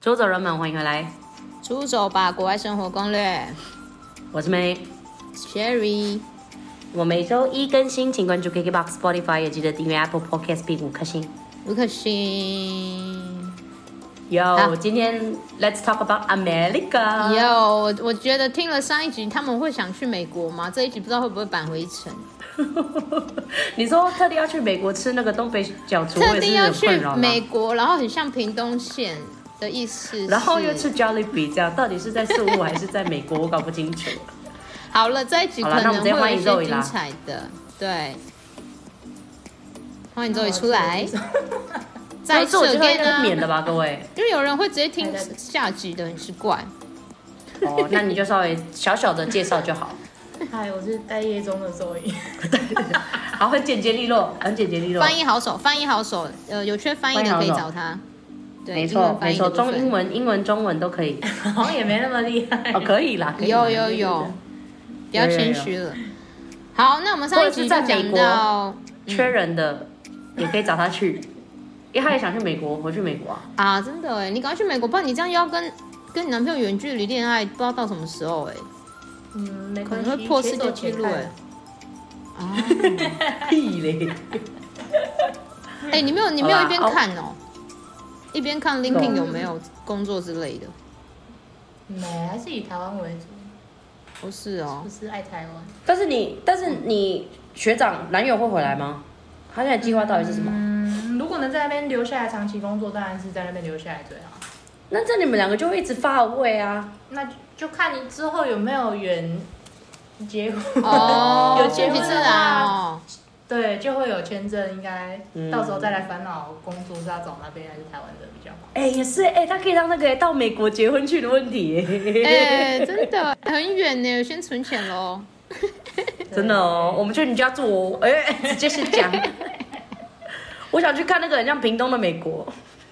出走人们，欢迎回来，出走吧，国外生活攻略我是梅。 ，Sherry。我每周一更新，请关注 KKBOX、Spotify，也记得订阅 Apple Podcast 并五颗星。吴可欣，有，好今天 Let's talk about America。有我，我觉得听了上一集，他们会想去美国吗？这一集不知道会不会返回程， 你说特地要去美国吃那个东北角厨，我特也地是要很困去扰嘛美国，然后很像屏东县的意思。然后又，吃 Jollibee，这样到底是在宿务还是在美国？我搞不清 楚。好了，这一集好可啦那我们能直会接有欢迎肉一些姨啦精彩的，对。欢迎周宇出 来，再这我次觉得应 again 该是免啊！的吧，各位。因为有人会直接听下集的，很奇怪。 哦，那你就稍微小小的介绍就好， 嗨，哎我是待业中的 Zoe。好，很简洁利落，很简洁利落。翻译好手，翻译好手，呃，有缺翻译的可以找他。对，没英错文，翻没译错，的部分中英文、英文、中文都可以。好像也没那么厉害 哦，。可以啦，可以啦有有有，不要谦虚了。好，那我们上一或者集就是在美讲国到缺人的也可以找他去，因为他也想去美国，我去美国啊。啊，真的哎，你赶快去美国，不然你这样又要跟跟你男朋友远距离恋爱，不知道到什么时候哎，嗯，没可关系，能会破世界纪录哎哎。。啊， 屁嘞！哎，你没有你没有好啦一边好看哦，一边看 LinkedIn 有没有工作之类的？没，还是以台湾为主，不是哦 不，是爱台湾。但是你，但是你学长男友会回来吗？他现在计划到底是什么？嗯，如果能在那边留下来长期工作，当然是在那边留下来最好。那这你们两个就会一直发位啊。那就就看你之后有没有缘结婚。，哦 有结顺婚其自的然话，哦。对，就会有签证，应该嗯到时候再来烦恼工作是要找那边还是台湾的比较好。哎、也是哎、他可以让那个、到美国结婚去的问题、哎、真的很远呢，先存钱喽。 真的哦，我们去你家住哦，哎、直接先 讲。我想去看那个很像屏东的美国，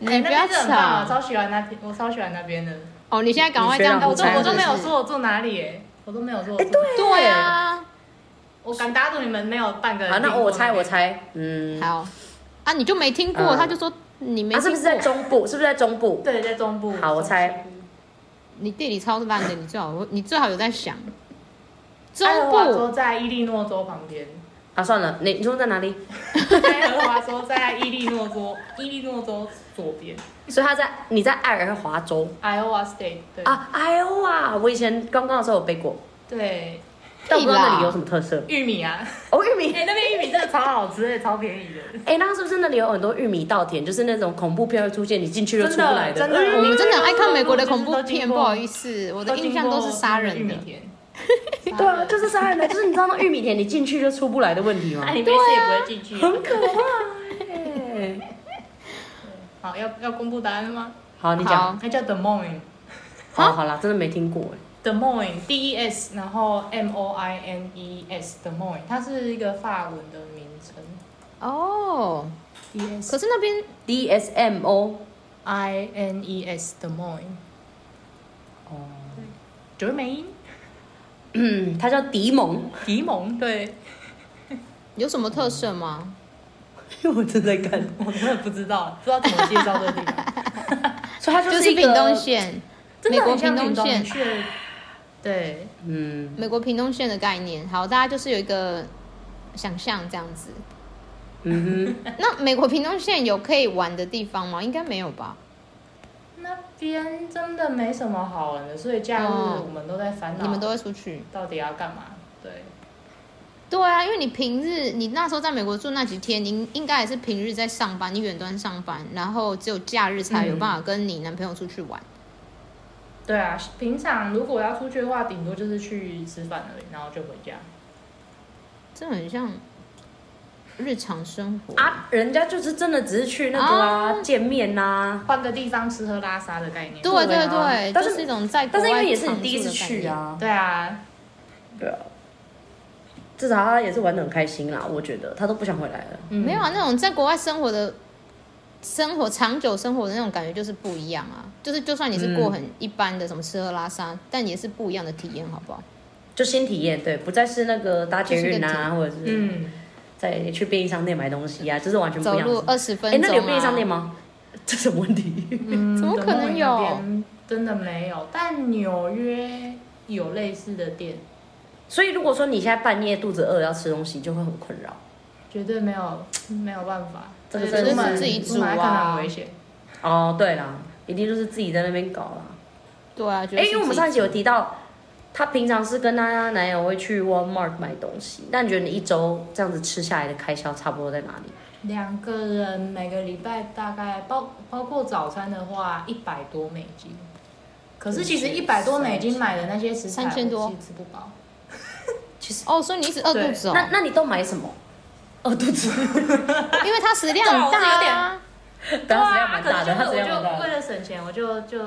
哎你不那要边真的很棒啊吵超喜欢那边，我超喜欢那边的。哦！你现在赶快这样你学补长我不都充在，我都是不是没有说我住哪里哎，我都没有说。哎、哎，对，对，啊，我敢打赌你们没有半个人欸好，听那过我猜那我边猜，嗯，好啊，你就没听过，嗯他就说你没他、听是不过，是在中部？是不是在中部？对，在中部。好我猜你地理超烂的，你最好你最好有在想中爱荷华州部在伊利诺州旁 边，啊，算了，你你说在哪里？爱荷华州在伊利诺州，伊利诺州左边所以他在你在爱尔华州，Iowa State 对。啊，爱欧啊，我以前刚刚的时候有背过，对，但我不知道屁啦那里有什么特色。玉米啊，哦，玉米，哎，那边玉米真的超好吃，哎，超便宜的。哎、那是不是那里有很多玉米稻田？就是那种恐怖片会出现，你进去就出不来真的真的我们真的很爱看美国的我恐们怖都经片，过不好意思，我的印象都是杀人玉的米。田。对啊，就是杀人的，就是你知道那玉米田你进去就出不来的问题吗那？你没事也不会进去。很可怕、欸。好，要要公布答案了吗？好，你好讲。哦那叫 The Moines。好，好啦，真的没听过哎。 Des Moines D E S，然后 M O I N E S Des Moines，它是一个法文的名称。哦， D E S 可是那边 D S M O， I N E S Des Moines，哦， 德梅因，嗯，它叫迪蒙。 迪蒙，对，有什么特色吗？我正在看，我真的不知道，不知道怎么介绍这个地方， 所以它就是一个屏东县，真美的国很屏像屏东县东，县，对，嗯，美国屏东县的概念。好，大家就是有一个想象这样子。嗯那美国屏东县有可以玩的地方吗？应该没有吧？那边真的没什么好玩的，所以假日哦我们都在烦恼，你们都会出去？到底要干嘛？对，对啊，因为你平日你那时候在美国住那几天，你应该也是平日在上班，你远端上班，然后只有假日才有办法跟你男朋友出去玩。对啊，平常如果要出去的话，顶多就是去吃饭而已，然后就回家。这很像日常生活哼，啊，人家就是真的只是去那个哦啊，见面呐。换个地方吃喝拉撒的概念。对对对啊对，但就是是一种在国但是因外为也是常你第一次住的概念去，啊，对啊，对啊，至少他也是玩的很开心啦，我觉得他都不想回来了。嗯没有啊，那种在国外生活的生活长久生活的那种感觉就是不一样啊。就是就算你是过很一般的什么吃喝拉撒，但也是不一样的体验，好不好？就新体验，对，不再是那个搭捷运就是一个啊，或者是嗯，在去便利商店买东西啊，就是完全不一走样路的。二十分哎，钟、啊那里有便利商店吗？ 这什么问题？嗯，怎么可能有德牧那边真的没有，但纽约有类似的店，所以如果说你现在半夜肚子饿要吃东西，就会很困扰。绝对没有，没有办法。这个所真以的出门是自己煮啊出门可能很危险。哦，对啦，一定就是自己在那边搞啦。对啊，觉哎、得是因为我们自己上一集有提到，她平常是跟她男友会去 Walmart 买东西，那你觉得你一周这样子吃下来的开销差不多在哪里？两个人每个礼拜大概包包括早餐的话，一百多美金。可是其实一百多美金买的那些食材，三千多我其实吃不饱。其实，哦，所以你一直饿肚子哦，那那你都买什么？饿肚子，因为它食量很对啊我是有大啊点。 对啊，量啊，蛮可大是的，他就是食我量蛮大就为的。了省钱，我就就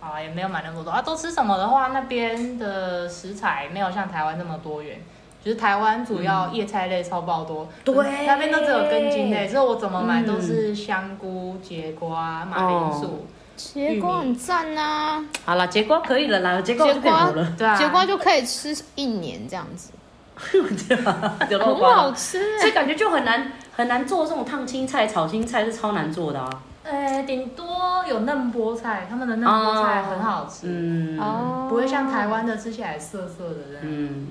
啊也没有买那么多啊。都吃什么的话，那边的食材没有像台湾那么多元。就是台湾主要叶菜类超爆多，嗯对嗯可是那边都只有根茎类，所以我怎么买都是香菇、节瓜、哦马铃薯，结果很赞呐、好了，结瓜可以了啦，结瓜结就可以瓜活 了，对啊，结瓜就可以吃一年这样子，有那么很夸张好吃、所以欸。感觉就很难很难做这种烫青菜、炒青菜是超难做的啊。呃，顶多有嫩菠菜，他们的嫩菠菜很好吃，哦嗯，哦不会像台。湾的吃起来涩涩的这样。嗯，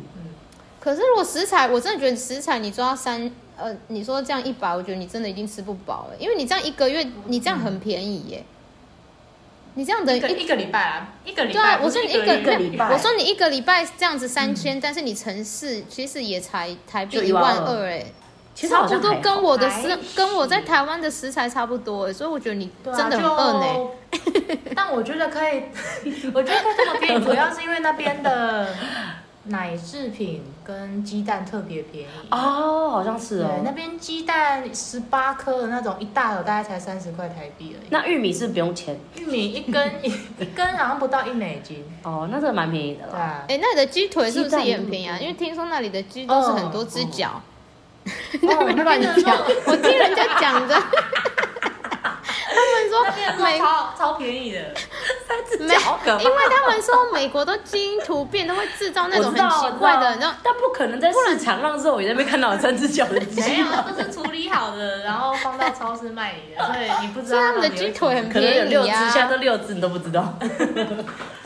可是如果食材，我真的觉得食材你抓三，呃，你说这样一百，我觉得你真的已经吃不饱了，因为你这样一个月，你这样很便宜耶、你这样等于一个一，一个礼拜啊，一个礼对啊拜，不我是说你一一个一个礼拜啊我说你一个礼拜这样子三千、但是你乘四其实也才台币就嗯一1万万二哎，其实差好不像多还好跟我的还食跟我在台湾的食材差不多耶，所以我觉得你对啊真的很饿呢、哦就 但我觉得可以， 我觉得可以这么便宜，主要是因为那边的奶制品跟鸡蛋特别便宜。哦，好像是对，那哦。边鸡蛋十八颗的那种，一大盒大概才三十块台币而那玉米是不用钱已。玉米一根一一根好像不到一美金，哦，那这个蛮便宜的对啦。啊。哎、那里的鸡腿是鸡不是蛋哦也很便宜啊？因为听说那里的鸡都是很多只脚， 那边那乱边的讲肉，我听人家讲的。他那边们肉说超超便宜的，美这好可美，怕因为他们说美国都基因突变，都会制造那种我很知道奇怪我的，知然道后但不可能在市场让肉眼那边看到有三只脚的 鸡。没有，啊都是处理好的，然后放到超市卖你的，所以你不知所以道啊他们的到底有鸡什么腿很可能有便六宜只，啊现。在都六只，你都不知道。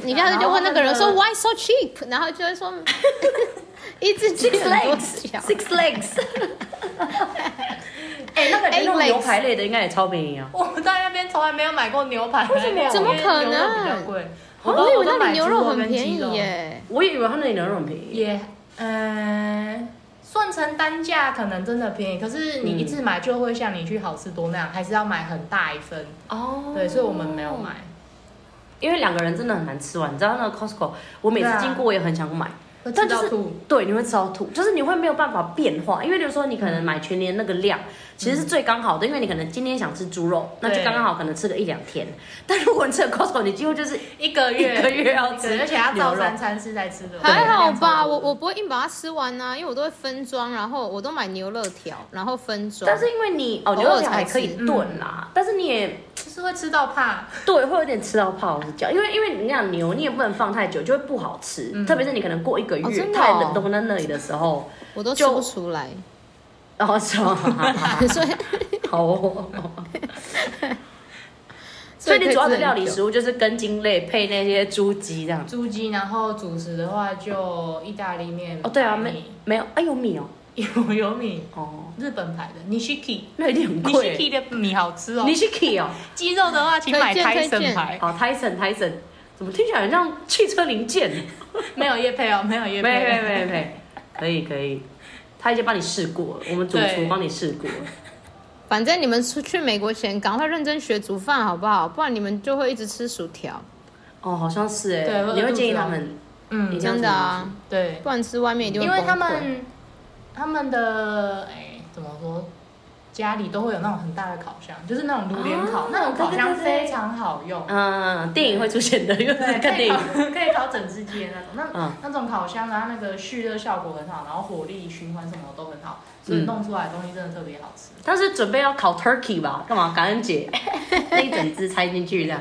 你下次就问那个人说然后 Why so cheap，然后就 会说一只鸡 很多脚。 Six legs。哎，那个 Eight 那种 legs 牛排类的应该也超便宜啊。我们在那边从来没有买过牛排，为什么怎么可能比较贵，我以为啊那买里牛猪肉跟很便鸡宜肉，耶，我也以为他那里牛肉很便宜。也嗯。算成单价可能真的便宜，可是你一次买就会像你去好吃多那样，还是要买很大一份。哦对，所以我们没有买。因为两个人真的很难吃完，你知道那个 Costco，我每次对啊经过我也很想买，会但吃就到是吐。对，你会吃到吐，就是你会没有办法变化，因为比如说你可能买全年那个量，其实是最刚好的，因为你可能今天想吃猪肉，那就对刚刚好可能吃个一两天，但如果你吃了 Costco，你几乎就是一个月一个月要吃对而且要牛照肉三餐是在吃的。还好吧，我我不会硬把它吃完啊呐、因为我都会分装，然后我都买牛肉条，然后分装。但是因为你哦，偶尔牛肉条才还可以吃炖啦，但是你也就是会吃到怕。对会有点吃到泡，我是讲，因为因为你讲牛，你也不能放太久，就会不好吃，嗯特别是你可能过一个哦月、真的哦太冷冻在那里的时候，我都吃就不出来，哦，是吗？ 所以好哦。所以你主要的料理食物物就是根茎类配那些猪鸡这样子。猪鸡，然后主食的话就意大利面。哦，对啊，白没米没有，哎有米哦，有有米，哦，日本牌的 Nishiki。那一定很贵。 Nishiki 的米好吃哦。你是 Key 哦，鸡肉的话，请买推荐泰推森荐牌，好 Tyson Tyson，怎么听起来很像汽车零件？ 没有叶配哦，没有没叶配，没没没，可以可以，他已经帮你试过了，我们主对厨帮你试过了。反正你们出去美国前，赶快认真学煮饭好不好？不然你们就会一直吃薯条，哦，好像是哎对，我你会肚子建议啊他们嗯你，这样真子的啊，对，不然吃外面一定会因为他崩溃们他们的哎怎么说，家里都会有那种很大的烤箱，就是那种炉连哦烤，那种烤对箱对对对非常好用，嗯，电影会出现的，因为是对，看可电以 烤影。可以烤整只鸡的那种，那嗯，那种烤箱，然啊后那个蓄热效果很好，然后火力循环什么都很好，所以嗯弄出来的东西真的特别好吃。但是准备要烤 turkey 吧？干嘛？感恩节那一整只拆进去这样，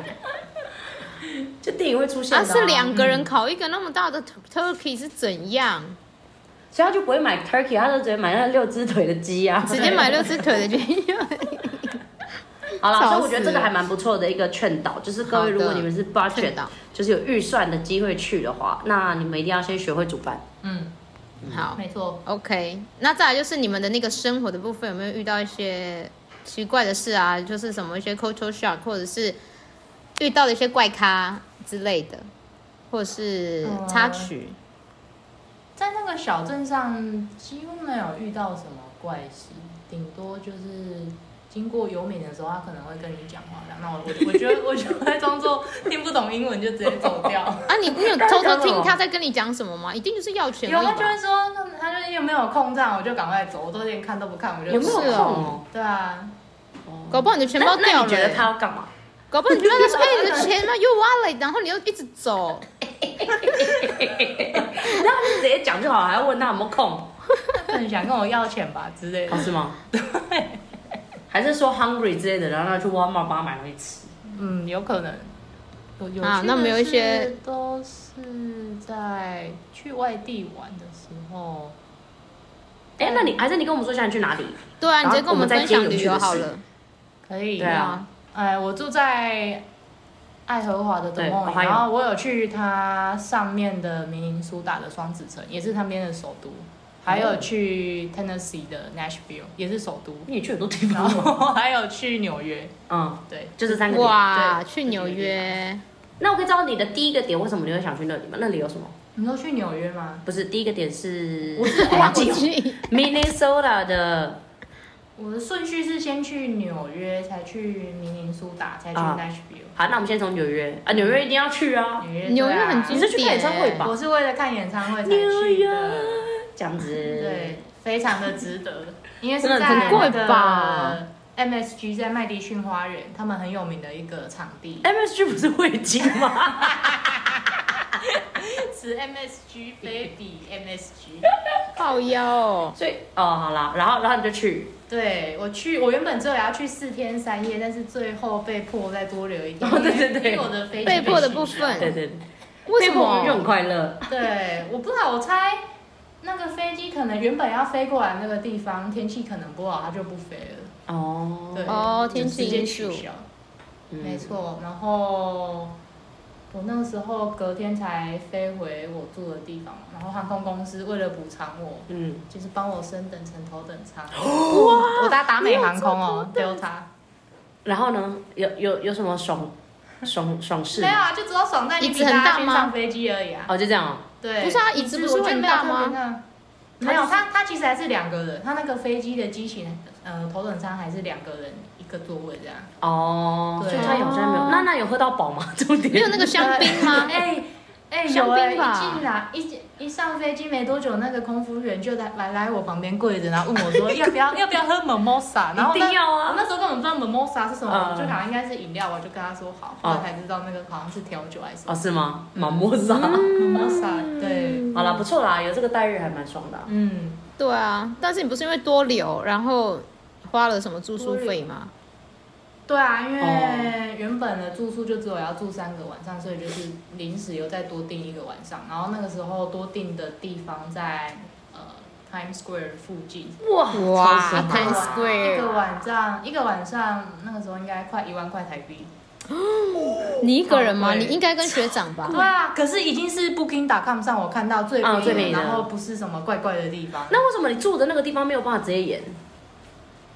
就电影会出现啊，的、是，两个人烤一个那么大的 tur- turkey 是怎样？所以他就不会买啊 turkey，他就直接买那六只腿的鸡啊。直接买六只腿的就好了，吵死所以我觉得这个还蛮不错的一个劝导，就是各好位，的如果你们是劝 budget， 导就是有预算的机会去的话，那你们一定要先学会煮饭。嗯， 好没错， ，OK。那再来就是你们的那个生活的部分，有没有遇到一些奇怪的事啊？就是什么一些 culture shock，或者是遇到了一些怪咖之类的，或者是哦插曲？在那个小镇上几乎没有遇到什么怪事，顶多就是经过游民的时候，他可能会跟你讲话，然后我我我觉得我就会装作听不懂英文就直接走掉。啊，你你 有刚刚啊偷偷讲什么听他在跟你讲什么吗？一定就是要钱有而已他就吧会？说，那他就有没有空这样，我就赶快走，我都连看都不看，我就有没有是空？哦对啊，搞不好你的钱包那那掉你觉得他了，欸要干嘛？搞不好你就跟他说，哎，你的钱 包 you wallet，然后你又一直走，然后就直接讲就好，还要问他有没有空？很想跟我要钱吧之类的哦，。是吗？对。还是说 hungry 之类的，然后他去 Walmart 帮他买东西吃？嗯，有可能。有有啊趣那的没有一是些都是在去外地玩的时候，哎，那你还是你跟我们说一下你去哪里？对啊，你然后直接跟我们再分接享有旅趣的游好事了。可以。对啊哎，我住在爱荷华的德对梦， Ohio 然后我有去它上面的明尼苏达的双子城，也是那边的首都，还哦有去 Tennessee 的 Nashville，也是首都， 你也去很多地然方哦。后 还有去纽约。嗯，对，就这三个点。哇，对去纽约，那我可以知道你的第一个点为什么你会想去那里吗？那里有什么？你说去纽约吗？不是第一个点是，我是我忘记了去 Minnesota 的我的顺序是先去纽约，才去明尼苏达，才去啊 Nashville。好，那我们先从纽约啊，纽约一定要去啊！纽约，纽约对啊很经你是去看演唱会典吧我是为了看演唱会才纽去约的。这样子，对，，非常的值得， 因为是真在的很贵吧？MSG 在麦迪逊花园，他们很有名的一个场地哎 MSG 不是味精吗？ 是 MSG Baby MSG。欸靠腰哦。所以哦，好啦，然后然后你就去， 对我去，我原本只有要去四天三夜，但是最后被迫再多留一天。哦对对对因为我的飞机被迫的取部消分对对对，为什被迫我们就很么？快乐，对，我不知道，我猜那个飞机可能原本要飞过来那个地方，天气可能不好，它就不飞了。哦对，哦就天气直接因取素消。嗯没错，然后我那个时候隔天才飞回我住的地方，然后航空公司为了补偿我，嗯，就是帮我升等成头等 舱。我搭达美航空哦，Delta。然后呢，有有有什么爽爽爽事没有吗？啊，就只有爽在你椅子比很大大家先吗上飞机而已啊。哦，就这样哦，对，不是啊椅子不是我觉得很没有大特别吗那？没有，它它其实还是两个人，它那个飞机的机型，呃，头等舱还是两个人一个座位这样。哦，对所以他有像没有，哦那那有喝到饱吗？ 重点没有那个香槟吗？ 哎哎，香有哎、槟一吧进来一进一上飞机没多久，那个空服员就来来来我旁边跪着，然后问我说要不要要不要喝 mimosa，然后一定呢。要我啊，那时候根本不知道 mimosa 是什么，嗯就好像应该是饮料吧，我就跟他说好，后来才知道那个好像是调酒还是什哦么是吗？马莫莎，嗯 mimosa，对，好啦，不错啦，有这个待遇还蛮爽的啊，嗯， 对啊，但是你不是因为多留，然后花了什么住宿费吗？对啊，因哦为原本的住宿就只有要住三个晚上，所以就是临时又再多订一个晚上，然后那个时候多订的地方在呃 Times Square 附近，哇哇超爽太 Times 啊 Square 一个晚上，一个晚上，那个时候应该快一万块台币。你一个人吗？对你应该跟学长吧对？啊，可是已经是 Booking.com 上我看到最便宜嗯的，最便宜的然后不是什么怪怪的地方。那为什么你住的那个地方没有办法直接演？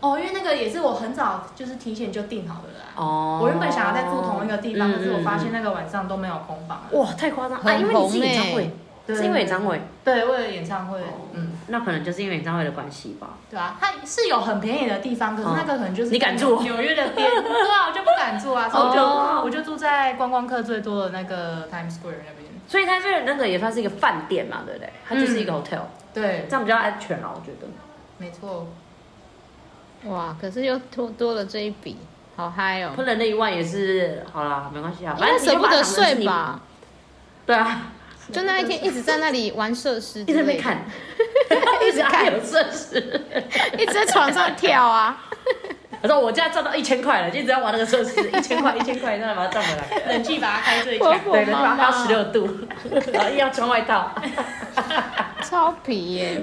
哦，因为那个也是我很早就是提前就订好的啦。哦我原本想要再住同一个地方，嗯但是我发现嗯那个晚上都没有空房了。嗯哇，太夸张啊！很因为你是红演唱会欸，对是因为演唱会，对，为了演唱会，嗯，那可能就是因为演唱会的关系吧。对啊，它是有很便宜的地方，可是哦那个可能就是你敢住纽约的边， 对啊，我就不敢住啊，所以我就哦我就住在观光客最多的那个 Times Square 那边。所以它这个那个也算是一个饭店嘛，对不对？它就是一个 hotel，对，这样比较安全啦，我觉得。没错。哇，可是又多多了这一笔，好嗨哦！喷人的一万也是好啦，没关系啊，应反该正你舍就不把它得想成是睡你？吧？对啊，就那一天一直在那里玩设施 一之直类在的，那边看， 一直看 有设施。一直在床上跳 啊！他说我家赚到一千块了，就一直在玩那个设施， 一千块一千块，那把它赚回 来。冷气把它开最我强。我对，就妈把它妈到十六度， 然后硬要穿外 套。超皮耶！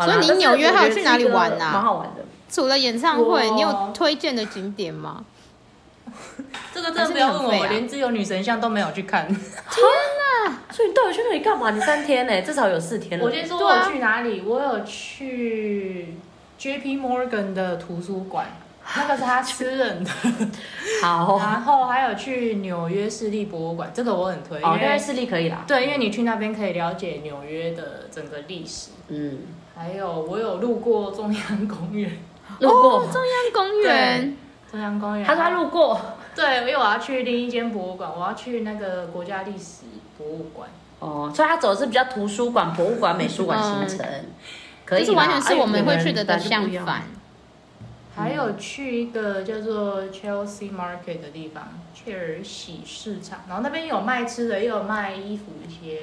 好啦所以你纽约还有去哪里玩啊但是我觉得是一啊个蛮好玩的。除了演唱会，我你有推荐的景点吗？这个真的不要问我，我连自由女神像都没有去看。所以你到底去那里干嘛？你三天呢、至少有四天了。我先说我有去哪里，我有去 JP Morgan 的图书 馆，那个是他私人的，好，然后还有去纽约市立博物馆，这个我很推，因哦，那为视力可以啦。对，因为你去那边可以了解纽约的整个历史。嗯，还有我有路过中央公 园，路过，哦中央公园，中央公园，他说他路过。对，因为我要去另一间博物馆，我要去那个国家历史博物馆。哦，所以他走的是比较图书馆、博物馆、美术馆行程，可以就啦。是完全是我们会去的哎的每个人本来相就不一样反。还有去一个叫做 Chelsea Market 的地方，切尔西市场，然后那边有卖吃的，也有卖衣服一些。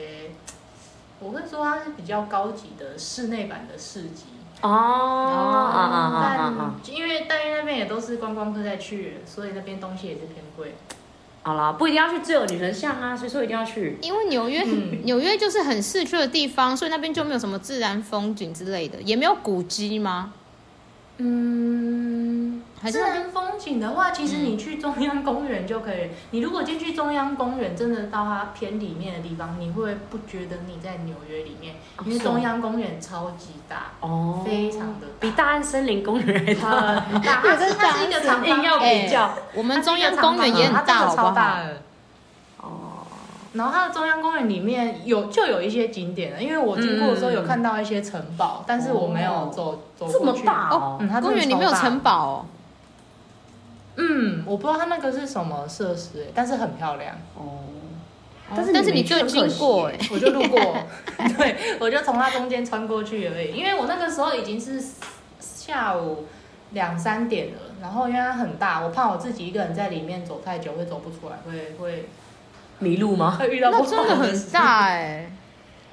我会说它是比较高级的室内版的市集，哦，啊啊啊啊啊！但因为但因为那边也都是观光客在去，所以那边东西也是偏贵。好啦，不一定要去自由女神像啊，谁说一定要去？因为纽约，嗯纽、约就是很市区的地方，所以那边就没有什么自然风景之类的，也没有古迹吗？嗯，还是自那边然风景的话，其实你去中央公园就可以。你如果进去中央公园，真的到它偏里面的地方，你会不觉得你在纽约里面？因为是哦中央公园超级大，哦，非常的比大安森林公园还大，很大，它是它是一个啊长方哎硬要比较。我们中央公园也很大，它好真不的超好？大的。哦然后它的中央公园里面有就有一些景点了，因为我经过的时候有看到一些城堡，但是我没有走走这么过去。大哦哦，嗯它真的公园里面有超大城堡哦，嗯，我不知道它那个是什么设施、欸，但是很漂亮。哦，哦但是你就经过哎、 我就路过，对我就从它中间穿过去而已。因为我那个时候已经是下午两三点了，然后因为它很大，我怕我自己一个人在里面走太久会走不出来， 会会迷路吗？会遇到不哦那好真的事很。大 哎、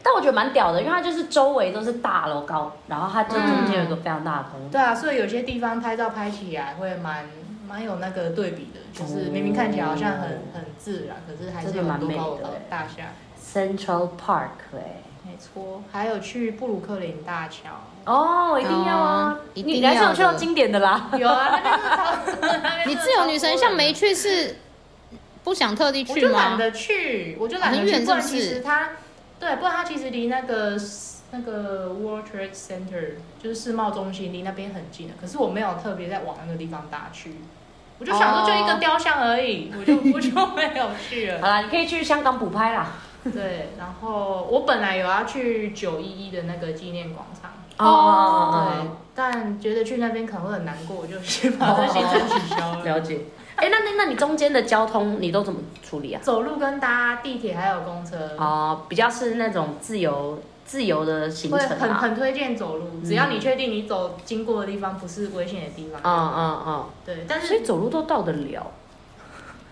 但我觉得蛮屌的，因为它就是周围都是大楼高，然后它就中间有一个非常大的空间。对啊，所以有些地方拍照拍起来会蛮蛮有那个对比的，哦就是明明看起来好像很很自然，可是还是有很多高楼大厦。 Central Park 哎，没错，还有去布鲁克林大桥，哦，一定要啊哦！一定你还是有去要到的经典的啦。有啊，那边是超， 那边真的你自由女神像超多人的没去是不想特地我去就懒吗？得去，我就懒得很远去。不然是不其是实它，对，不然它其实离那个那个 World Trade Center 就是世贸中心离那边很近的，可是我没有特别在往那个地方打去，我就想哦说就一个雕像而已，我就我就没有去好了。 啦，你可以去香港补拍啦。对，然后我本来有要去九一一的那个纪念广场，哦对哦，但觉得去那边可能会很难过，我就先把这哦行程取消了。了解。哎，那那那你中间的交通你都怎么处理啊？走路跟搭地铁还有公车，哦，比较是那种自由自由的行会程很啊。很推荐走路，只要你确定你走经过的地方不是危险的地方。嗯嗯嗯，对，但所是以走路都到得了，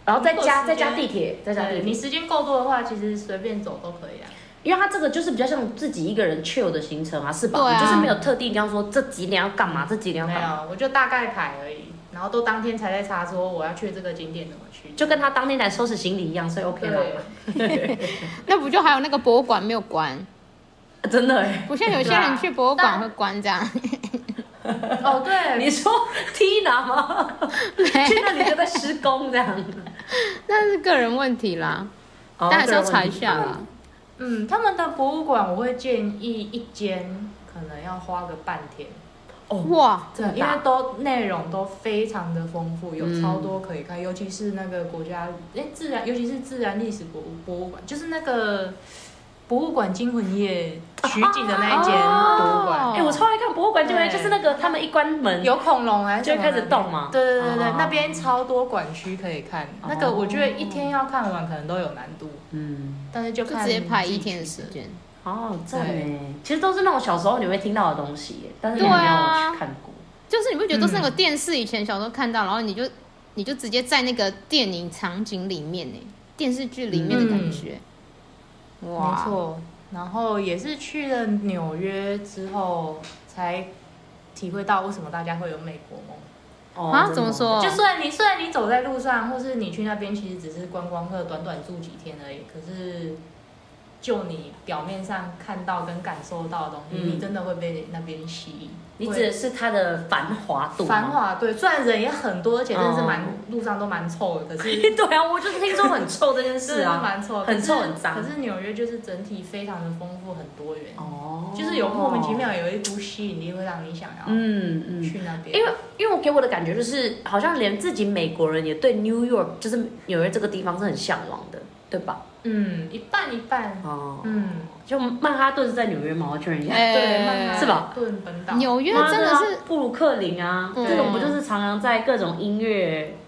然后再加再加地铁，再加地对你铁，时间够多的话，其实随便走都可以啊。因为它这个就是比较像自己一个人 chill 的行程啊，是吧？对啊你就是没有特定一定要说这几点要干嘛，这几点要没干嘛，有，我就大概排而已，然后都当天才在查说我要去这个景点怎么去，就跟他当天来收拾行李一样，所以 OK 对了。。那不就还有那个博物馆没有关？真的哎，不像有些人去博物馆会关这样， 哦，对，你说 Tina 吗？去那里就在施工这 样，那是个人问题啦，哦但还是要查一下啦。嗯，他们的博物馆我会建议一间可能要花个半天，哦，哇，这么大因为都内容都非常的丰富，有嗯超多可以看，尤其是那个国家哎自然，尤其是自然历史博物博物馆，就是那个博物馆惊魂夜取景的那一间博物馆，哎、我超爱看博物馆，就会就对是那个他们一关门有恐龙还是就什会么开始动嘛。对对对对哦，那边超多馆区可以看，那个我觉得一天要看完可能都有难度，嗯，但是就就看直接排一你自己天的去时间。哦，赞哎！其实都是那种小时候你会听到的东西耶，但是你对没有啊去看过。就是你不觉得都是那个电视以前小时候看到，然后你就你就直接在那个电影场景里面呢，电视剧里面的感觉。哇，没错，然后也是去了纽约之后才体会到为什么大家会有美国梦。哦啊真的怎么说就虽然你虽然你走在路上，或是你去那边，其实只是观光客短短住几天而已，可是就你表面上看到跟感受到的东西，嗯你真的会被那边吸引。你会指的是它的繁华度吗繁。华对，虽然人也很多，而且真的是蛮、哦路上都蛮臭的，可是 对啊，我就是听说很臭这件事 真的是啊。蛮臭的，很臭可是很脏可是纽约就是整体非常的丰富，很多元，哦就是有莫名其。妙有一股吸引力会让你想要嗯嗯。去那边。因为因为我给我的感觉就是，好像连自己美国人也对 New York，就是纽约这个地方是很向往的，对吧？嗯，一半一半，哦，嗯，就曼哈顿是在纽约吗？我确认一下。哎对，曼哈呃是吧顿本岛，纽约妈真的是啊布鲁克林啊，嗯这种不就是常常在各种音乐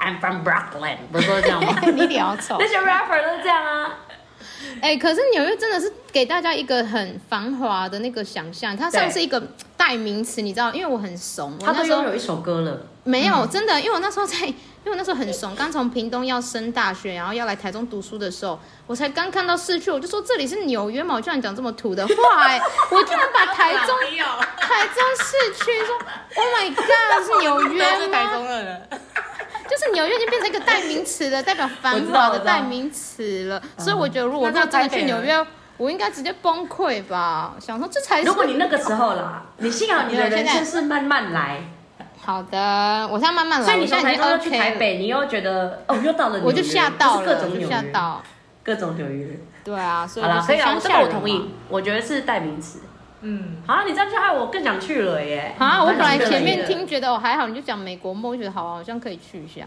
，I'm from Brooklyn，不是都是这样 吗？你脸好丑那。些 rapper 都是这样啊。哎、可是纽约真的是给大家一个很繁华的那个想象，它像对是一个代名词，你知道？因为我很怂，我他那都时候拥有一首歌了，嗯没有真的，因为我那时候在，因为我那时候很怂，刚从屏东要升大学，然后要来台中读书的时候，我才刚看到市区，我就说这里是纽约嘛，我居然讲这么土的话、哎，我居然把台中没有，台中市区说，Oh my God，是纽约是台吗？中的人，就是纽约已经变成一个代名词了，代表繁华的代名词了。所以我觉得，嗯如果我如果真的去纽约，我应该直接崩溃吧，想说这才哎是如果你那个时候啦，你幸好你的人生是慢慢来，好的。我现在慢慢来，所以你嗯我从现台在已中经又去 OK 台北，你又觉得哦，又到了纽约，我就吓到就是了，各种我就纽吓约，到。各种纽约。对啊，所以好啦，我可以是啊，乡这下个我人嘛同意，我觉得是代名词。嗯，好啦，你这样就害我更想去了耶！啊，我本蛮想来去的前面听觉得我还好，你就讲美国梦，我觉得好啊，好像可以去一下。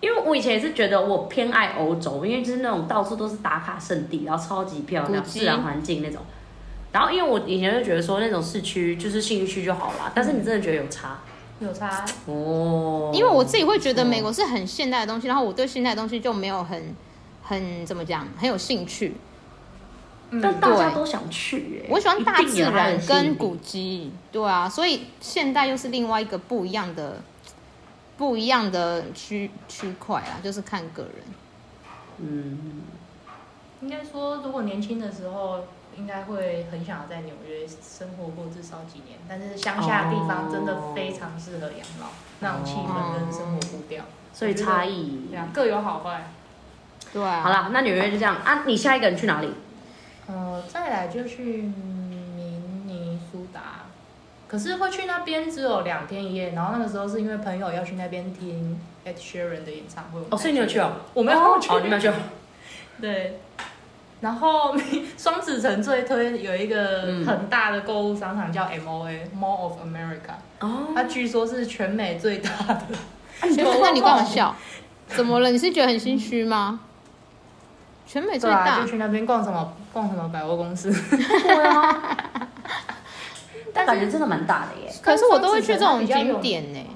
因为我以前也是觉得我偏爱欧洲，因为就是那种到处都是打卡圣地，然后超级漂亮，古迹自然环境那种。然后因为我以前就觉得说那种市区就是信义区就好嗯啦，但是你真的觉得有差有差，哦。因为我自己会觉得美国是很现代的东西，然后我对现代的东西就没有很很怎么讲，很有兴趣。嗯但大家都想去耶，我喜欢大一自定有它的然吸引力跟古迹，对啊，所以现代又是另外一个不一样的、不一样的区区块啊，就是看个人。嗯，应该说，如果年轻的时候，应该会很想要在纽约生活过至少几年，但是乡下地方真的非常适合养老，那种气氛跟生活步调，所以差异对。啊，各有好坏。对啊，好啦，那纽约就这样啊。你下一个人去哪里？呃，再来就去明尼苏达，可是会去那边只有两天一夜，然后那个时候是因为朋友要去那边听 Ed Sheeran 的演唱会，我们哦，所以你有去哦？我没有去哦，你没有去哦。对，然后双子城最推有一个嗯很大的购物商场叫 MOA、Mall of America，哦，它据说是全美最大的。学生，那你干嘛哎笑？怎么了？你是觉得很心虚吗？全美最对啊，大就，去那边逛什么逛什么百货公司，对啊， 但感是觉真的蛮大的耶。可是我都会去这种比较有景点呢、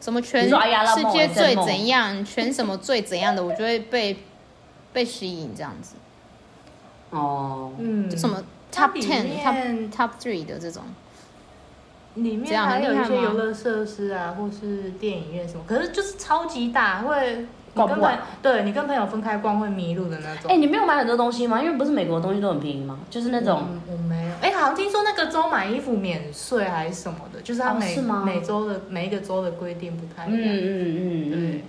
什么全你说哎呀拉世梦界最哎真梦怎样，全什么最怎样的，我就会被被吸引这样子，哦，嗯，就什么它 top 里 ten、top 面 top three 的这种。里这面样啊还很有厉一害些吗游乐设施啊，或是电影院什么，可是就是超级大，会你逛跟不朋完友对你跟朋友分开逛会迷路的那种。哎、你没有买很多东西吗？因为不是美国的东西都很便宜吗？就是那种、嗯我没有，哎、好像听说那个州买衣服免税还是什么的，就是它哦每、是吗每周的每一个州的规定不太嗯一样。嗯嗯嗯，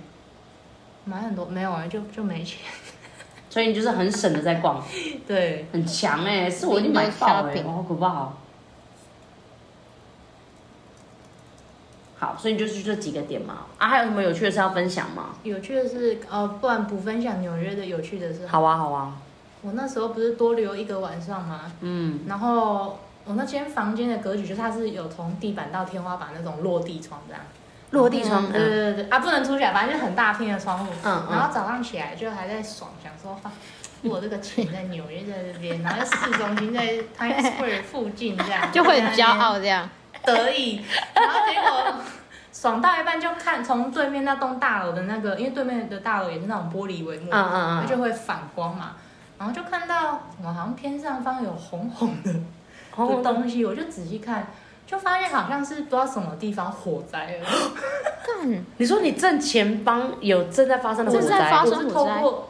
买很多没有啊，就就没钱。 所以你就是很省的在逛，对，很强哎、是我已经买爆哎、 Window shopping 好可怕哦。好，所以你就是这几个点嘛。啊，还有什么有趣的事要分享吗？有趣的是，呃，不然不分享纽约的有趣的是，好啊，好啊，我那时候不是多留一个晚上吗？嗯，然后我那间房间的格局就是它是有从地板到天花板那种落地窗这样。落地窗，对嗯对对对啊，不能出去啊，反正就很大片的窗户。嗯然后早上起来就还在爽，想说，啊、我这个钱在纽约在这边，然后在市中心在 Times Square 附近这样，就会很骄傲这样。得意。然后结果爽到一半就看从对面那栋大楼的那个，因为对面的大楼也是那种玻璃帷幕，嗯嗯它嗯就会反光嘛。然后就看到什么好像偏上方有红红的红红的灯，东西，我就仔细看，就发现好像是不知道什么地方火灾了。干，你说你正前方有正在发生的火正在灾发我生是透过透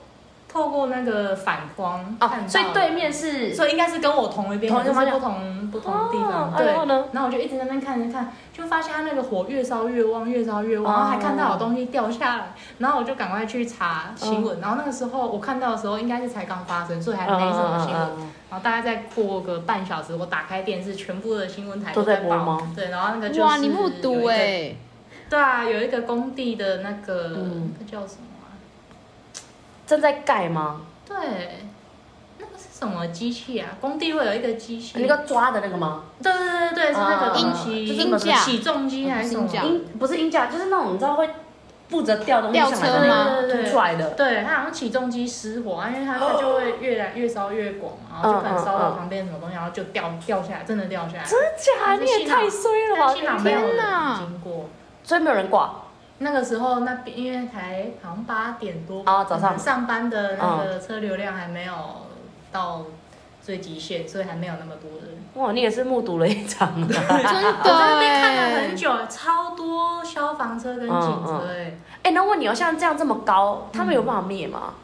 透过那个反光看到哦，了所以对，面是所以应该是跟我同一边，同一个可方是向不同不同地哦方。啊对然，后呢？然后我就一直在那边看着看，就发现他那个火越烧越旺，越烧越旺，哦然后还看到有东西掉下来，然后我就赶快去查新哦闻。然后那个时候我看到的时候，应该是才刚发生，啊所以还没什么新闻。嗯然后大概再过个半小时，我打开电视，全部的新闻台都在在播报吗。对，然后那个就是哇，你目有一睹个哎、 对啊，有一个工地的那个、嗯那叫什么、啊？正在盖吗？对，那个是什么机器啊？工地会有一个机器，那个抓的那个吗？对对对对，是那个啊东就是西，那个哦架起重机啊还是什么嗯？架鹰不是鹰架，就是那种你知道会负责吊东西吊上车来吗的那个凸出来的。对，它好像起重机失火啊，因为它它就会越来越烧越广嘛，然后就可能烧到旁边什么东西，然后就掉掉下来，真的掉下来。真的假？但是你也幸好太衰了吧！但幸好没有人啊经过。所以没有人挂。那个时候那边因为才好像八点多哦早上嗯上班的那个车流量还没有到最极限，所以还没有那么多人。哇，你也是目睹了一场 啊！真的我在那边看了哎很久，超多消防车跟警车哎、哎、那问你哦，像这样这么高，他们有办法灭吗？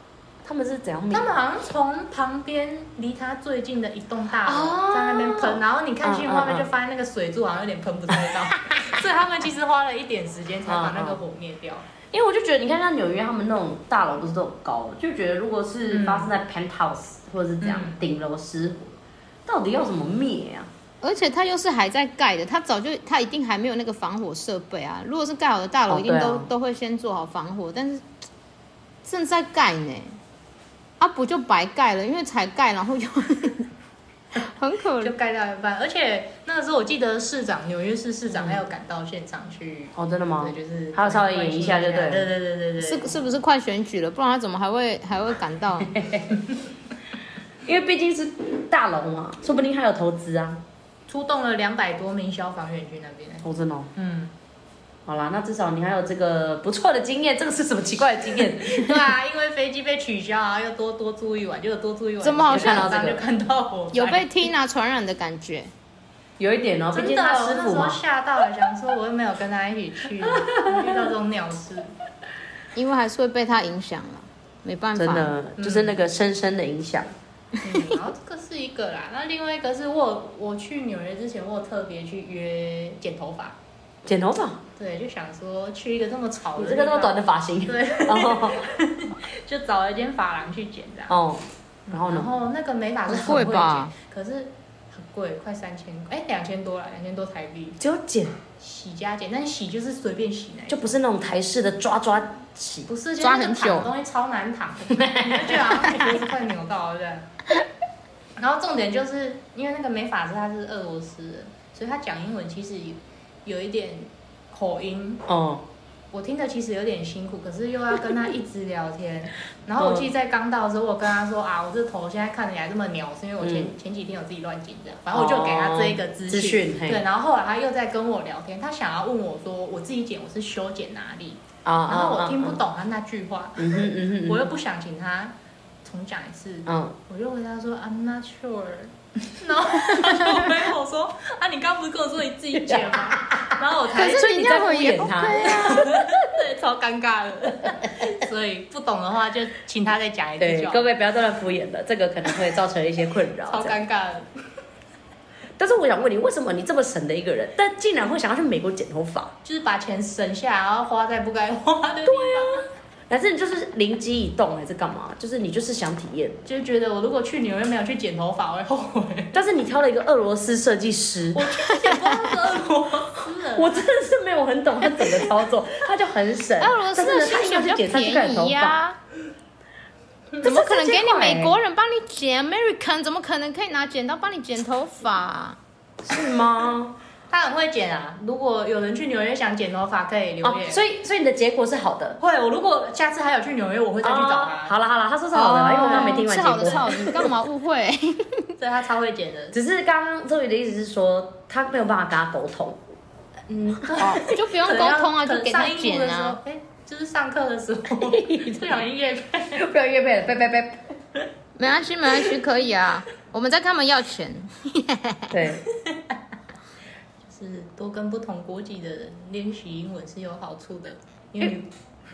他们是怎样灭他？们好像从旁边离他最近的一栋大哦楼在那边喷，然后你看新闻画面嗯嗯嗯就发现那个水柱好像有点喷不太嗯到， 所以他们其实花了一点时间才把那个火灭掉。因为我就觉得，你看像纽约他们那种大楼都是这种高的，就觉得如果是嗯发生在 penthouse 或者是这样嗯顶楼失火，到底要怎么灭啊？而且它又是还在盖的，它早就它一定还没有那个防火设备啊。如果是盖好的大楼，哦一定都、对啊都会先做好防火，但是嘖正在盖呢，啊不就白盖了？因为才盖，然后又 很可就怜。盖到一半，而且那个时候我记得市长，纽约市市长还有赶到现场去，哦，真的吗对，？就是还有稍微演一下就对了对对对对对对，是是不是快选举了？不然他怎么还会还会赶到？因为毕竟是大楼嘛，说不定还有投资啊。出动了两百多名消防员去那边。哦，真的哦。嗯，好啦，那至少你还有这个不错的经验，这个是什么奇怪的经验？ 对啊，因为飞机被取消啊，又多多住一晚，就有多住一晚。怎么好像晚上就看到火灾有被 Tina 传染的感觉？有一点哦，毕真竟的，他我师那傅时候嘛。吓到了，想说我又没有跟他一起去，啊 遇到这种鸟事。因为还是会被它影响了，没办法。真的就是那个深深的影响。嗯，然后这个是一个啦，那另外一个是我我去纽约之前，我有特别去约剪头发，剪头发，对，就想说去一个这么吵你的，这个那么短，的发型，对， 哦就找了一间发廊去剪的。哦，然后然呢？后那个美发是很贵很会吧剪？可是很贵，快三千，哎，两千多了，两千多台币，只有剪，洗加剪，但是洗就是随便洗那一种就不是那种台式的抓抓起。不是，就是抓那很个久躺的东西超难躺，你就觉得好像脖子快扭到了这样。然后重点就是因为那个美法师他是俄罗斯人，所以他讲英文其实有一点口音，哦，我听着其实有点辛苦，可是又要跟他一直聊 天。然后我记得在刚到的时候，我跟他说啊，我这头现在看起来这么鸟，是因为我嗯前、前几天有自己乱剪的，反正我就给他这一个资资讯嘿对，然后后来他又在跟我聊天，他想要问我说我自己剪我是修剪哪里，啊啊然后我听不。啊啊懂他那句话，嗯哼嗯哼，嗯哼我又不想请他重讲一次，嗯，我就回答说 I'm not sure，然 后他就回我说啊，你刚不是跟我说你自己剪吗？然后我可才哎所以是你你那在会敷也衍他 OK 啊。对超尴尬的，所以不懂的话就请他再讲一次对就，好各，位不要再乱敷衍了，这个可能会造成一些困扰。超这样尴尬的。但是我想问你，为什么你这么省的一个人，但竟然会想要去美国剪头发？就是把钱省下来，然后花在不该花的地方，还是你就是灵机一动，还是干嘛？就是你就是想体验，就觉得我如果去纽约没有去剪头发，我会后悔。但是你挑了一个俄罗斯设计师我，去剪过俄罗斯人，我真的是没有很懂他整个操 作，他就很省。俄罗但斯的是呢薪他水应该去比剪较他去看便头宜发。呀、 怎么可能给你美国人人帮你剪 American？怎么可能可以拿剪刀帮你剪头发？是吗？他很会剪啊。如果有人去纽约想剪头发，可以留哦言。，所以所以你的结果是好的。会，我如果下次还有去纽约，我会再去找哦他。好了好了，他说是好的啦，哎因为我刚刚没听完哦嗯是结好的，果。是好的，你干嘛误 会？对他超会剪的，只是刚刚周宇的意思是说，他没有办法跟他沟通。 嗯，就不用沟通啊，就给他剪啊。。哎，就是上课的时候，不小心夜配。 不要越配了，拜拜拜。没关系，没关系，可以啊。我们在跟他们要钱，对，就是多跟不同国籍的人练习英文是有好处的，因为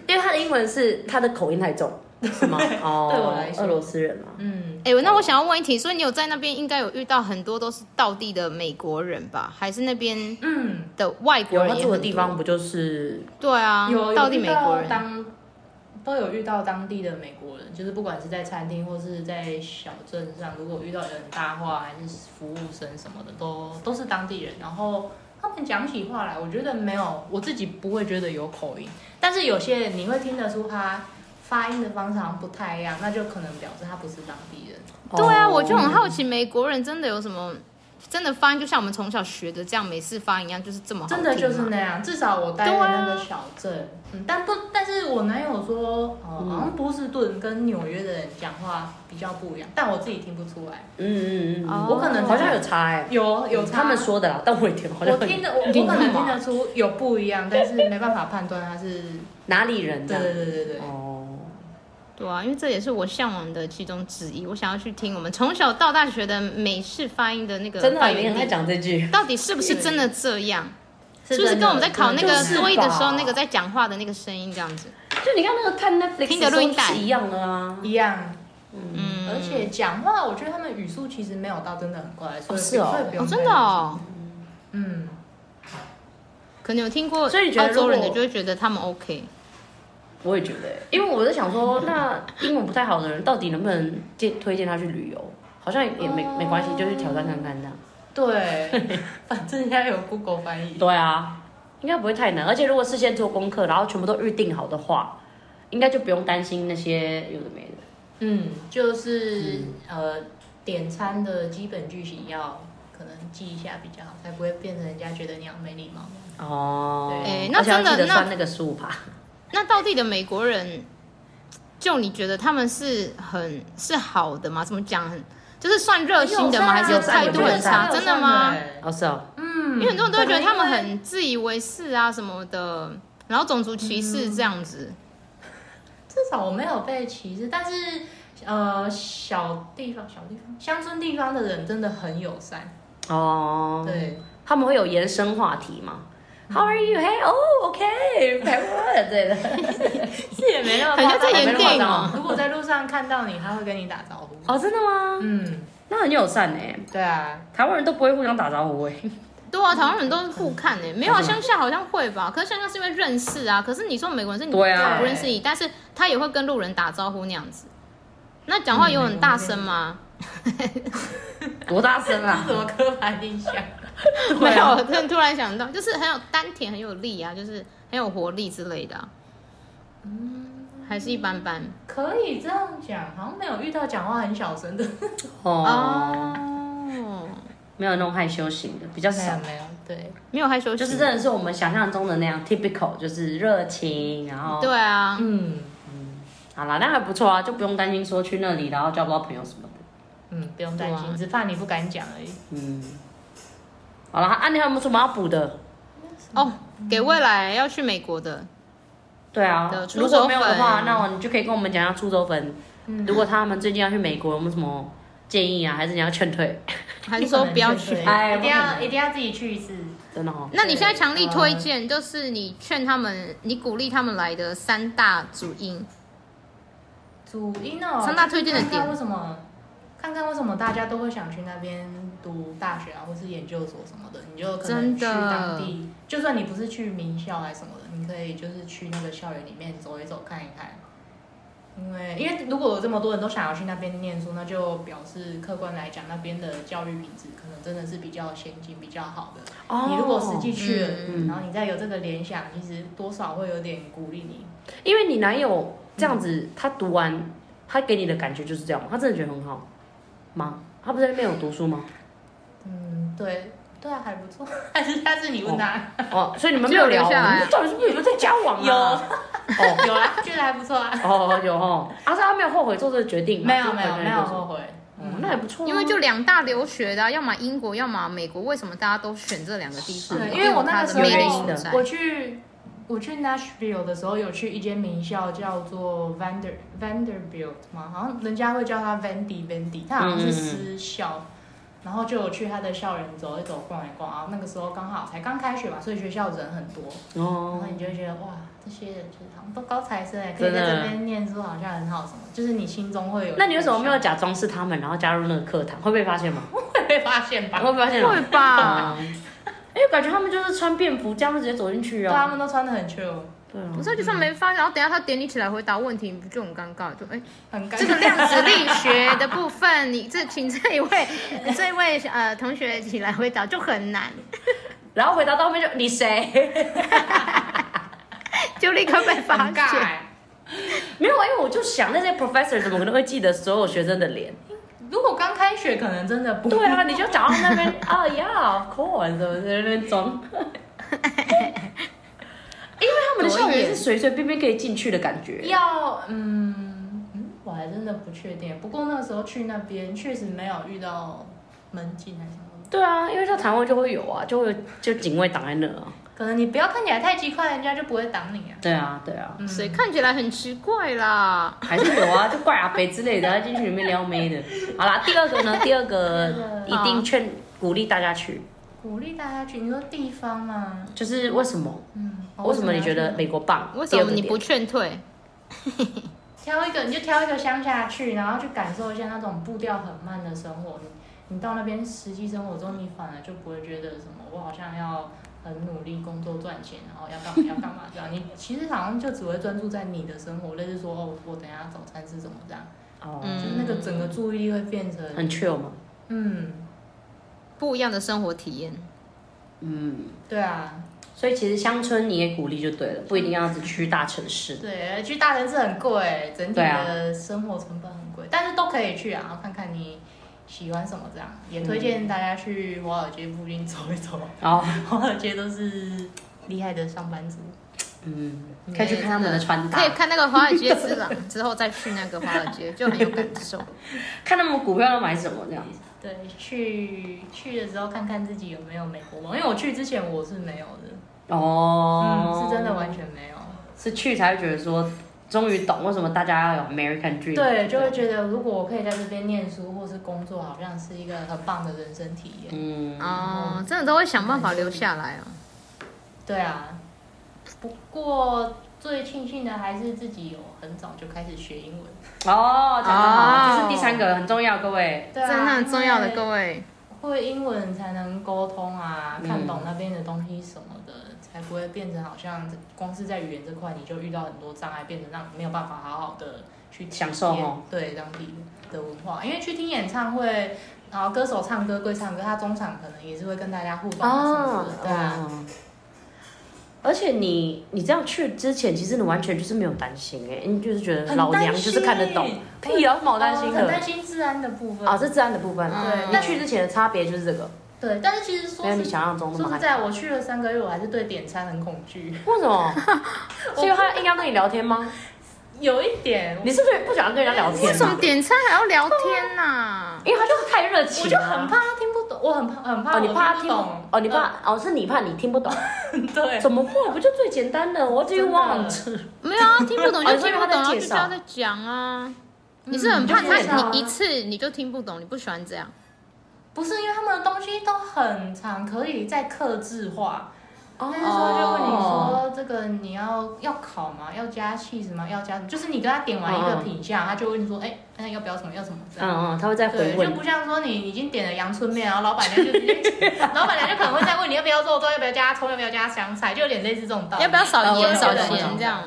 因为他的英文是他的口音太重，是吗？哦，对我来说俄罗斯人啊，嗯，哎、那我想要问一题，所以你有在那边应该有遇到很多都是道地的美国人吧？还是那边嗯，的外国有人他也住的很地多方不就是对啊，有道有地遇美国到人，当都有遇到当地的美国人，就是不管是在餐厅或是在小镇上，如果遇到有人搭话还是服务生什么的，都都是当地人。然后他们讲起话来，我觉得没有，我自己不会觉得有口音，但是有些人你会听得出他发音的方式好像不太一样，那就可能表示他不是当地人。对啊，哦我就很好奇，美国人真的有什么？真的发音就像我们从小学的这样美式发音一样，就是这么好真的听就是吗那样，至少我待的对啊那个小镇，嗯，但不，但是我男友说，哦、嗯好像波士顿跟纽约的人讲话比较不一样，但我自己听不出来，嗯嗯嗯嗯，哦我可能好像有差哎、有嗯有差他们，说的啦，但我也听好像我听的我我可能听得出有不一样，但是没办法判断他是，哪里人这对样对对对对，哦，对啊，因为这也是我向往的其中之一。我想要去听我们从小到大学的美式发音的那个真的啊发你源很爱地，讲这句，到底是不是真的这样？是不真是的跟我们在考那就个是吧多一的时候那个在讲话的那个声音这样子？就你看那个看 Netflix 听的录音带时候就是一样的啊，一样，嗯，而且讲话我觉得他们语速其实没有到真的很快，所以是哦所以不用哦，太真的哦，嗯，可能有听过所以你觉得澳洲人的如就果会觉得他们 OK，我也觉得欸、因为我在想说，那英文不太好的人到底能不能介推荐他去旅游？好像也没、没关系，就去挑战看看这样。对， 反正现在有 Google 翻译，对啊，应该不会太难，而且如果事先做功课，然后全部都预定好的话，应该就不用担心那些有的没的。嗯，就是、呃，点餐的基本句型要可能记一下比较好，才不会变成人家觉得你很没礼貌。哦，哎而那且要真的记得那算那个十五趴。那到底的美国人，就你觉得他们是很是好的吗？怎么讲？很就是算热心的吗？还啊是友善态度很差？友真的啊吗？哦，是哦，嗯，因为很多人都会觉得他们因为很自以为是啊什么的，然后种族歧视这样子。至少我没有被歧视，但是呃，小地方、小地方、乡村地方的人真的很友善。哦，对，他们会有延伸话题吗？How are you? Hey, oh, okay, 台湾之类的。 是也没那么很像在夸张演电影哦如果在路上看到你，他会跟你打招呼。哦，真的吗？嗯，那很友善哎，啊对 啊，台湾人都不会互相打招呼哎。对啊，台湾人都是互看诶、没有啊，是吗乡下好像会吧？可是乡下是因为认识啊。可是你说美国人是你对啊他不认识你，但是他也会跟路人打招呼那样子。那讲话有很大声吗？ 多大声这是啊什！么刻板印象？对没啊有，突然突然想到，就是很有丹田，很有力啊，就是很有活力之类的啊、还是一般般可以这样讲，好像没有遇到讲话很小声的。哦，哦，没有那种害羞型的，比较没少有。没有，对，没有害羞型，就是真的是我们想象中的那样，typical，就是热情，然后对啊，嗯好啦，那还不错啊，就不用担心说去那里然后交不到朋友什么的。嗯，不用担对心，啊只怕你不敢讲而已。嗯，好了，啊，你还有没有什么要补的？哦，给未来要去美国的，对啊的，出如果手没有的话，粉那你就可以跟我们讲一下出州粉。嗯如果他们最近要去美国，有没有什么建议啊？还是你要劝退？还是说不要去对？哎一定不可要能一定要自己去一次。真的哦，那你现在强力推荐，就是你劝他们，你鼓励他们来的三大主因，啊主因哦，三大推荐的点看看为什么？看看为什么大家都会想去那边读大学啊，或是研究所什么的，你就可能真去的当地，就算你不是去名校啊还是什么的，你可以就是去那个校园里面走一走，看一看。因为因为如果有这么多人都想要去那边念书，那就表示客观来讲，那边的教育品质可能真的是比较先进、比较好的。哦你如果实际去了，嗯然后你再有这个联想，其实多少会有点鼓励你。因为你男友这样子，他读完，他给你的感觉就是这样吗？他真的觉得很好吗？他不是在那边有读书吗？嗯，对，对啊，还不错。 还是下次你 问他，哦，所以你们没有聊只有留下来啊，啊你们到底是不是有没有在交往啊？有哦，有啦，觉得还不 错啊。哦，有哦，阿是他没有后悔做这个决定吗，没有没有没有哦，后悔，嗯那还不错啊，因为就两大留学的啊、要么英国，要么美国，为什么大家都选这两个地方？是对，因为我那它个的时魅有力原因所的在候。我去我去 Nashville 的时候，有去一间名校叫做 Vander Vanderbilt 嘛，好像人家会叫它 Vandy Vandy，它好像是私校。然后就有去他的校园走一走、逛一逛啊。那个时候刚好才刚开学嘛，所以学校人很多，然哦后，你就会觉得哇，这些人就是他们都高材生哎，可以在这边念书，好像很好什么，就是你心中会有。那你为什么没有假装是他们，然后加入那个课堂？会被发现吗？被发现吧？会被发现吗会？吧？ 啊，因为感觉他们就是穿便服，这样就直接走进去对，啊。他们都穿的很 chill，对啊不，是，就算没发现，然后等一下他点你起来回答问题，你不就很尴尬？就哎，很尴 这个尬。量子力学的部分，你这 请这一位这一位呃同学起来回答就很 难，然后回答到后面就你谁？就立刻被发很尬现。哎。没有啊，因为我就想那些 professor 怎么可能会记得所有学生的脸？如果刚开学，可能真的不对啊，你就讲到那边啊呀，of course，怎么在那边装？因为他们的校园是随随便便可以进去的感啊觉。要嗯嗯，我还真的不确定。不过那时候去那边确实没有遇到门禁还是什么的，对啊，因为在台湾就会有啊，就会有就警卫挡在那啊。可能你不要看起来太奇怪，人家就不会挡你啊。对啊，对啊，嗯，谁看起来很奇怪啦？还是有啊，就怪阿北之类的，他进去里面撩妹的。好啦，第二个呢，第二个一定劝鼓励大家去，鼓励大家去？你说地方吗？就是为什么？嗯，哦为什么你觉得要去美国棒？为什么你第二不个点劝退？挑一个你就挑一个乡下去，然后去感受一下那种步调很慢的生活。你你到那边实际生活中，你反而就不会觉得什么，我好像要很努力工作赚钱，然后要干嘛要干嘛这样。你其实好像就只会专注在你的生活，类似说哦，我等一下早餐吃什么这样，哦，嗯就是那个整个注意力会变成很 chill 嘛。嗯，不一样的生活体验。嗯，对啊，所以其实乡村你也鼓励就对了，不一定要只去大城市。对，去大城市很贵，整体对啊的生活成本很贵，但是都可以去啊，然后看看你喜欢什么这样，也推荐大家去华尔街附近走一走。然后， 华尔街都是厉害的上班族。嗯，可以去看他们的穿可搭，以看那个华尔街 之狼，之后再去那个华尔街，就很有感受。看他们股票要买什么这样子。对，去去的时候看看自己有没有美国梦，因为我去之前我是没有的，哦，嗯，是真的，完全没有。是去才会觉得说，终于懂为什么大家要有 American dream。对，就会觉得如果我可以在这边念书或是工作，好像是一个很棒的人生体验。嗯，哦，真的都会想办法留下来哦。对啊，不过最庆幸的还是自己有很早就开始学英文，哦，讲得好，哦这是第三个很重要，各位。对真的很重要的，因为各位，会英文才能沟通啊，嗯看懂那边的东西什么的，才不会变成好像光是在语言这块你就遇到很多障碍，变成让你没有办法好好的去体验享受哦对当地的文化。因为去听演唱会，然后歌手唱歌归唱歌，他中场可能也是会跟大家互动啊什么的，对啊。哦而且你你这样去之前，其实你完全就是没有担心哎、你就是觉得很老担娘就是看得懂心，屁啊，毛担心哦很的担心治安的部分啊，这自然的部分啊。嗯那对去之前的差别就是这个，对，但是其实说没有你是想象中那么说害实怕。在，我去了三个月，我还是对点餐很恐惧，为什 么？是因为他硬要跟你聊天吗？有一点，你是不是不想跟人家聊为天什么啊？点餐还要聊天呐？因为他就是太热情、我就很。怕他听不懂，我很怕很怕啊哦，我你怕他不听懂，哦，你怕哦，是你怕你听不 懂？嗯对，怎么会？不就最简单的？What 嗯 do you 真的 want？没有啊，听不懂 哦就因为听他不在懂，然后介就绍叫他在讲啊。你是很怕你就介绍他，啊你一次你就听不懂，你不喜欢这样。不是因为他们的东西都很长，可以再克制化。哦但是说就问你说这个你要要烤吗？要加 cheese 吗？要加什么？就是你跟他点完一个嗯嗯品项，他就问你说，哎，那要不要什么？要什么？这样。嗯嗯，他会再回对，就问。不像说你已经点了阳春面，然后老板娘就 直接，老板娘就可能会再问你要不要肉粽，要不要加葱，要不要加香菜，就有点类似这种道理。要不要少哦我盐懂少我懂咸这样？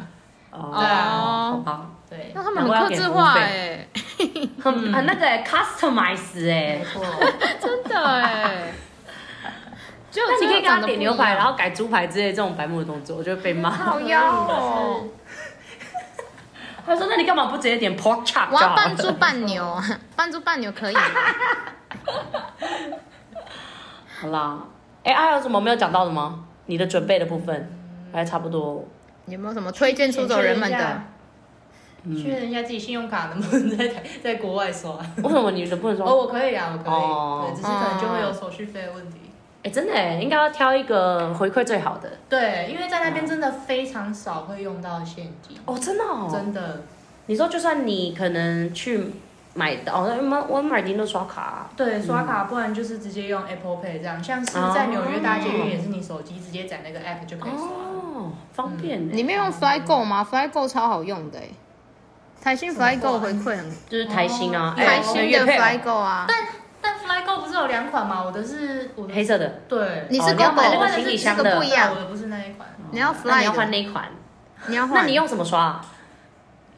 对啊哦好吧，对，那他们很克制难化怪要哎，很嗯啊很那个欸 customize 哎没。错。真 的哎。只有那你可以给这个长他得点不牛一排，样然后改猪排之类这种白目的动作，我就会被骂。好妖哦！ 他说：“那你干嘛不直接点 pork chop 就我要好扮猪了扮牛， 扮猪扮牛可以吗？？”好啦，哎，还有什么没有讲到的吗？你的准备的部分嗯还差不多。有没有什么推荐出走人们的？嗯确认一下自己信用卡能不能在台在国外刷。为什么你的不能哦，说？我可以啊，我可以，哦对，只是可能就会有手续费的问题。哎，真的哎，应该要挑一个回馈最好的。对，因为在那嗯边真的非常少会用到现金，哦，真的哦。真的。你说，就算你可能去买的哦，那我我买的都刷卡啊、对，刷卡，不然就是直接用 Apple Pay 这样。像是哦在纽约搭捷运，也是你手机直接载那个 app 就可以刷了。哦，方便嗯呢、你没有用 FlyGo 吗？FlyGo 超好用的、欸，台新什么 FlyGo 回馈很，就是台新啊，哦哎台有新月的配啊 FlyGo 啊，但 FlyGo 不是有两款吗？我的是我的黑色的，对，你哦是你要 GoGo，买哎那我个的行李是箱这个的不哦一，对样我的不是那一款。你要 Fly，那你要的换那一款，你要那换，你用什么刷、啊？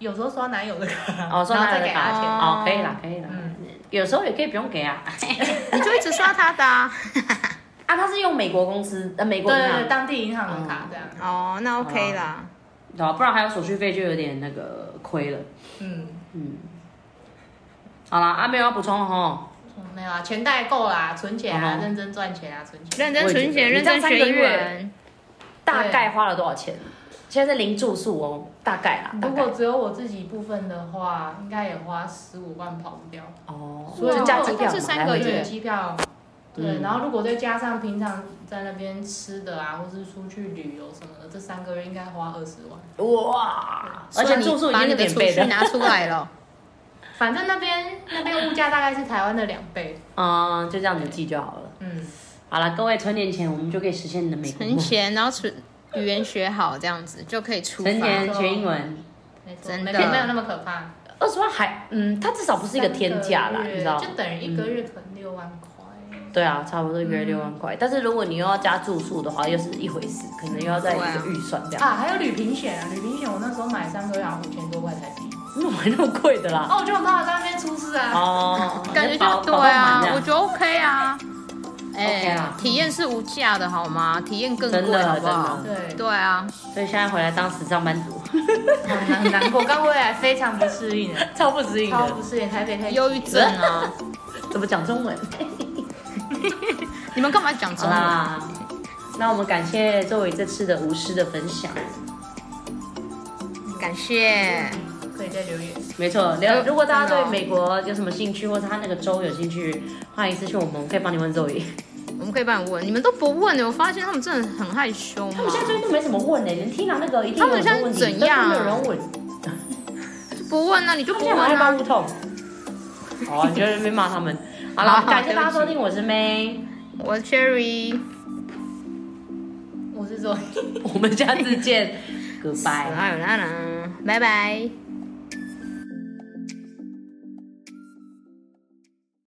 有时候刷奶油的卡，哦，刷嗯然哪后再里给的卡他钱。哦哦，可以啦，可以啦。嗯有时候也可以不用给啊。你就一直刷它的啊。啊，他是用美国公司呃美对国银对行对，当地银行的嗯卡这样。哦，那 OK 啦。对啊吧、不然还有手续费就有点那个亏了。嗯，嗯，好啦，啊，没有要补充了哈。没有啊，钱带够啦，存钱啊，哦认真赚钱啊，存钱。认真存我也觉得钱，认真学英文。大概花了多少钱？现在是零住宿哦，大概啦。大如概果只有我自己部分的话，应该也花十五万跑不掉。哦，所以就加机票这嘛，三来个回月去对，机票，对，嗯然后如果再加上平常在那边吃的啊，或是出去旅游什么的，这三个月应该花二十万。哇，而所以且你住宿已把经你是免的储费蓄的拿出 来了，反正那边那边物价大概是台湾的两倍。啊、嗯，就这样子记就好了。嗯，好了，各位存点钱，我们就可以实现你的美国存梦。钱，然后存语言学好，这样子就可以出存发。钱学英文，没错，真的没有没有那么可怕。二十万还嗯，它至少不是一个天价啦，三个月你知道？就等于一个月存六万块。对啊，差不多一个月六万嗯块。但是如果你又要加住宿的话，又是一回事，可能又要再一个预算这样。啊，还有旅行险啊！旅行险我那时候买三个月好像五千多块台币，怎么买那么贵的啦？哦，我就很怕我在那边出事啊。哦，感觉保就对啊保，我管觉得 OK 啊。 OK 啊体验是无价的好吗？体验更真贵的好不好？真对，对啊，所以现在回来当时上班族，很哦难很难过，刚回来非常不适 应的， 超不适应超的不，适应，台北太忧郁症 啊！怎么讲中文？你们干嘛讲好中文？啦，那我们感谢作为这次的无私的分享。感谢，可以再留言。没错，了如果大家真的对哦美国有什么兴趣，或是他那个州有兴趣，欢迎私信我们，我可以帮你问 Zoe。我们可以帮你问，你们都不问的，我发现他们真的很害羞嘛他，们现在最近都没什么问呢、连 Tina 那个一定有很多问题，他们现在怎样但是没有人问，就不问啊，你就他不们现在好像问啊帮。乌痛。好、啊，你觉得没骂他 们？好了，好感谢大家对不收起听，我是 May，我 Cherry，我是说。 我们下次见，Goodbye。啦啦啦，拜拜。